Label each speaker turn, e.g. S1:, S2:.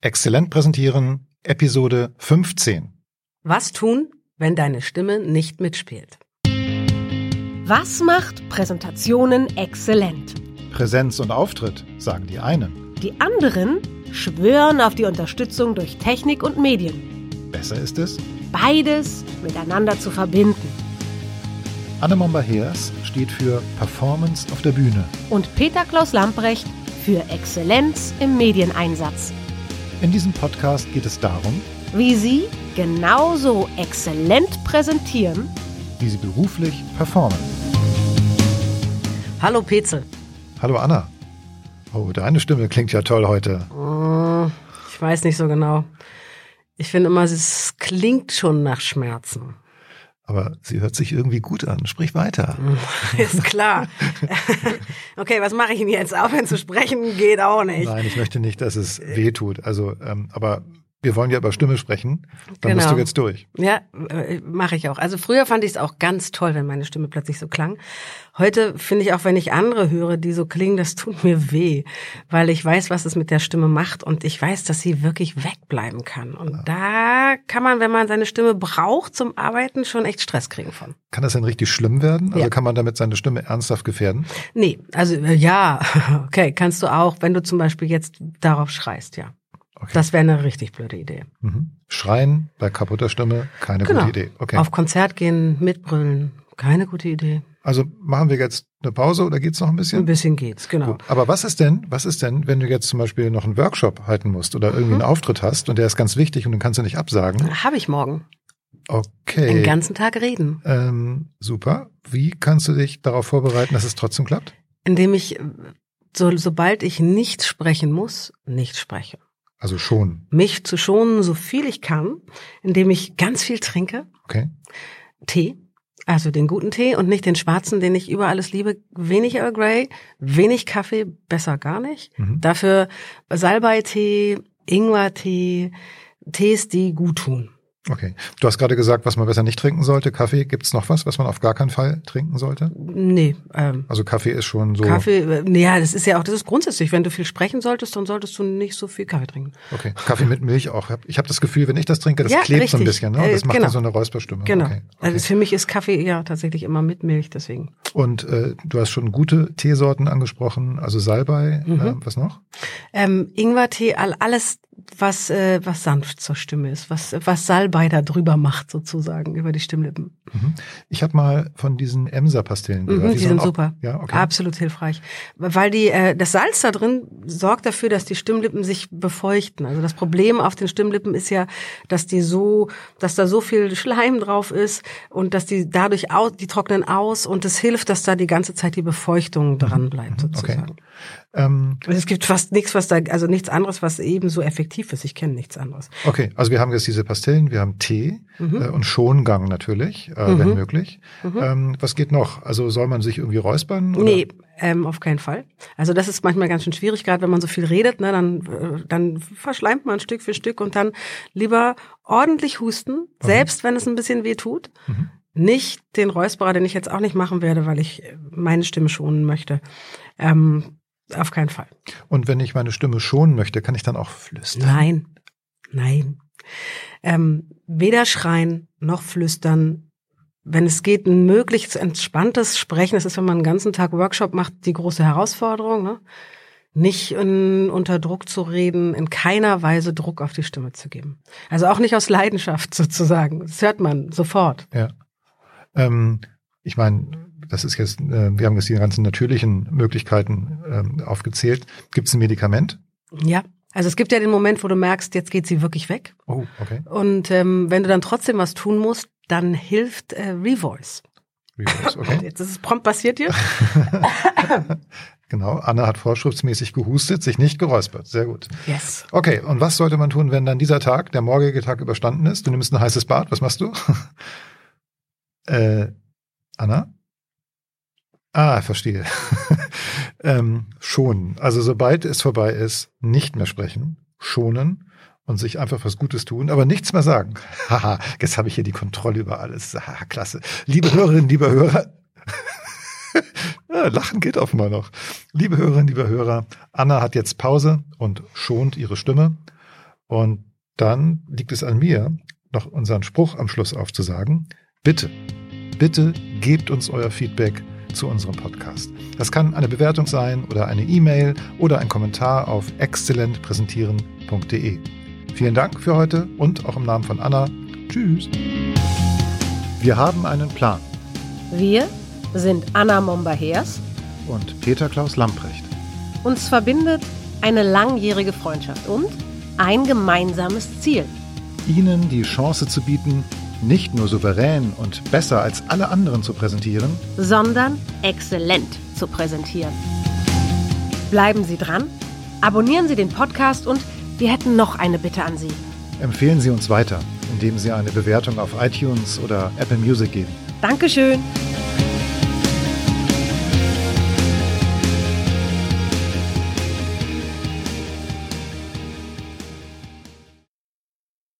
S1: Exzellent präsentieren, Episode 15.
S2: Was tun, wenn deine Stimme nicht mitspielt?
S3: Was macht Präsentationen exzellent?
S1: Präsenz und Auftritt, sagen die einen.
S3: Die anderen schwören auf die Unterstützung durch Technik und Medien.
S1: Besser ist es,
S3: Beides miteinander zu verbinden.
S1: Anne Momba-Heers steht für Performance auf der Bühne.
S3: Und Peter Klaus Lamprecht für Exzellenz im Medieneinsatz.
S1: In diesem Podcast geht es darum,
S3: Wie Sie genauso exzellent präsentieren,
S1: wie sie beruflich performen.
S2: Hallo Petzel.
S1: Hallo Anna. Oh, deine Stimme klingt ja toll heute.
S2: Äh, Ich weiß nicht so genau. Ich finde immer, es klingt schon nach Schmerzen.
S1: Aber sie hört sich irgendwie gut an. Sprich weiter.
S2: Ist klar. okay, was mache ich denn jetzt? Aufhören zu sprechen geht auch nicht.
S1: Nein, ich möchte nicht, dass es
S2: Äh.
S1: weh tut. Also, ähm, aber wir wollen ja über Stimme sprechen. Dann bist
S2: Genau.
S1: du jetzt durch.
S2: Ja, äh, mache ich auch. Also früher fand ich es auch ganz toll, wenn meine Stimme plötzlich so klang. Heute finde ich auch, wenn ich andere höre, die so klingen, das tut mir weh, weil ich weiß, was es mit der Stimme macht und ich weiß, dass sie wirklich wegbleiben kann. Und da kann man, wenn man seine Stimme braucht zum Arbeiten, schon echt Stress kriegen von.
S1: Kann das denn richtig schlimm werden? Also
S2: Ja.
S1: kann man damit seine Stimme ernsthaft gefährden?
S2: Nee, also äh, ja, okay, kannst du auch, wenn du zum Beispiel jetzt darauf schreist, ja.
S1: Okay.
S2: Das wäre eine richtig blöde Idee.
S1: Mhm. Schreien bei kaputter Stimme, keine
S2: Genau.
S1: gute Idee. Okay.
S2: Auf Konzert gehen, mitbrüllen, keine gute Idee.
S1: also machen wir jetzt eine Pause oder geht's noch ein bisschen?
S2: Ein bisschen geht's, genau.
S1: Gut. Aber was ist denn, was ist denn, wenn du jetzt zum Beispiel noch einen Workshop halten musst oder
S2: Mhm.
S1: irgendwie einen Auftritt hast und der ist ganz wichtig und den kannst du nicht absagen?
S2: Habe ich morgen. Den
S1: Okay.
S2: ganzen Tag reden.
S1: Ähm, super. Wie kannst du dich darauf vorbereiten, dass es trotzdem klappt?
S2: Indem ich, äh, so, sobald ich nicht sprechen muss, nicht spreche.
S1: Also schon.
S2: Mich zu schonen, so viel ich kann, indem ich ganz viel trinke,
S1: Okay.
S2: Tee, also den guten Tee und nicht den schwarzen, den ich über alles liebe. Wenig Earl Grey, wenig Kaffee, besser gar nicht.
S1: Mhm.
S2: Dafür Salbeitee, Ingwertee, Tees, die gut tun.
S1: Okay. Du hast gerade gesagt, was man besser nicht trinken sollte. Kaffee. Gibt's noch was, was man auf gar keinen Fall trinken sollte?
S2: Nee, ähm,
S1: Also Kaffee ist schon so.
S2: Kaffee, äh, naja, das ist ja auch, das ist grundsätzlich, wenn du viel sprechen solltest, dann solltest du nicht so viel Kaffee trinken.
S1: Okay. Kaffee mit Milch auch. Ich habe das Gefühl, wenn ich das trinke, das
S2: Ja,
S1: klebt so ein
S2: richtig.
S1: bisschen. Ne? Und
S2: Äh,
S1: Das macht
S2: genau.
S1: dann so eine Räusperstimme.
S2: Genau.
S1: Ah, Okay.
S2: Also
S1: Okay.
S2: für mich ist Kaffee ja tatsächlich immer mit Milch, deswegen.
S1: Und äh, du hast schon gute Teesorten angesprochen, also Salbei. Äh,
S2: Mhm.
S1: was noch?
S2: Ähm, Ingwertee, all, alles, was, äh, was sanft zur Stimme ist, was, was Salbei da drüber macht, sozusagen, über die Stimmlippen.
S1: Mhm. Ich habe mal von diesen Emser-Pastillen gehört.
S2: Mhm, die sind
S1: auch-
S2: super.
S1: Ja, okay.
S2: Absolut hilfreich. Weil die, äh, das Salz da drin sorgt dafür, dass die Stimmlippen sich befeuchten. Also das Problem auf den Stimmlippen ist ja, dass die so, dass da so viel Schleim drauf ist und dass die dadurch aus, die trocknen aus und es hilft, dass da die ganze Zeit die
S1: Mhm.
S2: Befeuchtung dran bleibt, sozusagen.
S1: Ähm,
S2: Und es gibt fast nichts, was da, also nichts anderes, was ebenso effektiv ist. Ich kenne nichts anderes.
S1: okay, also wir haben jetzt diese Pastillen, wir haben Tee
S2: Mhm.
S1: äh, und Schongang natürlich, äh, wenn möglich. Ähm, was geht noch? Also soll man sich irgendwie räuspern? Oder?
S2: Nee, ähm, auf keinen Fall. Also das ist manchmal ganz schön schwierig, gerade wenn man so viel redet, ne, dann, äh, dann verschleimt man Stück für Stück und dann lieber ordentlich husten, selbst wenn es ein bisschen weh tut. Nicht den Räusperer, den ich jetzt auch nicht machen werde, weil ich äh, meine Stimme schonen möchte. Ähm, auf keinen Fall.
S1: Und wenn ich meine Stimme schonen möchte, kann ich dann auch flüstern.
S2: Nein, nein. Ähm, weder schreien noch flüstern. Wenn es geht, ein möglichst entspanntes Sprechen. Das ist, wenn man einen ganzen Tag Workshop macht, die große Herausforderung. Ne? Nicht in, unter Druck zu reden, in keiner Weise Druck auf die Stimme zu geben. Also auch nicht aus Leidenschaft sozusagen. Das hört man sofort.
S1: Ja. Ähm, ich meine, das ist jetzt, äh, wir haben jetzt die ganzen natürlichen Möglichkeiten ähm, aufgezählt. Gibt es ein Medikament?
S2: Ja. Also es gibt ja den Moment, wo du merkst, jetzt geht sie wirklich weg.
S1: Oh, okay.
S2: Und ähm, wenn du dann trotzdem was tun musst, dann hilft äh, Revoice.
S1: Reverse, okay.
S2: Jetzt ist es prompt passiert hier.
S1: Genau, Anna hat vorschriftsmäßig gehustet, sich nicht geräuspert. Sehr gut.
S2: Yes.
S1: Okay, und was sollte man tun, wenn dann dieser Tag, der morgige Tag überstanden ist? Du nimmst ein heißes Bad, was machst du? äh, Anna? Ah, verstehe. ähm, schonen. Also sobald es vorbei ist, nicht mehr sprechen, schonen und sich einfach was Gutes tun, aber nichts mehr sagen. Haha, jetzt habe ich hier die Kontrolle über alles. Haha, klasse. Liebe Hörerinnen, lieber Hörer, ja, Lachen geht offenbar noch. Liebe Hörerinnen, liebe Hörer, Anna hat jetzt Pause und schont ihre Stimme. Und dann liegt es an mir, noch unseren Spruch am Schluss aufzusagen. Bitte, bitte gebt uns euer Feedback zu unserem Podcast. Das kann eine Bewertung sein oder eine E-Mail oder ein Kommentar auf exzellentpräsentieren.de. Vielen Dank für heute und auch im Namen von Anna. Tschüss. Wir haben einen Plan
S3: Wir sind Anna Momba-Hers.
S1: und Peter Klaus Lamprecht.
S3: Uns verbindet eine langjährige Freundschaft und ein gemeinsames Ziel.
S1: Ihnen die Chance zu bieten, nicht nur souverän und besser als alle anderen zu präsentieren,
S3: sondern exzellent zu präsentieren. Bleiben Sie dran, abonnieren Sie den Podcast und wir hätten noch eine Bitte an Sie.
S1: empfehlen Sie uns weiter, indem Sie eine Bewertung auf iTunes oder Apple Music geben.
S3: Dankeschön.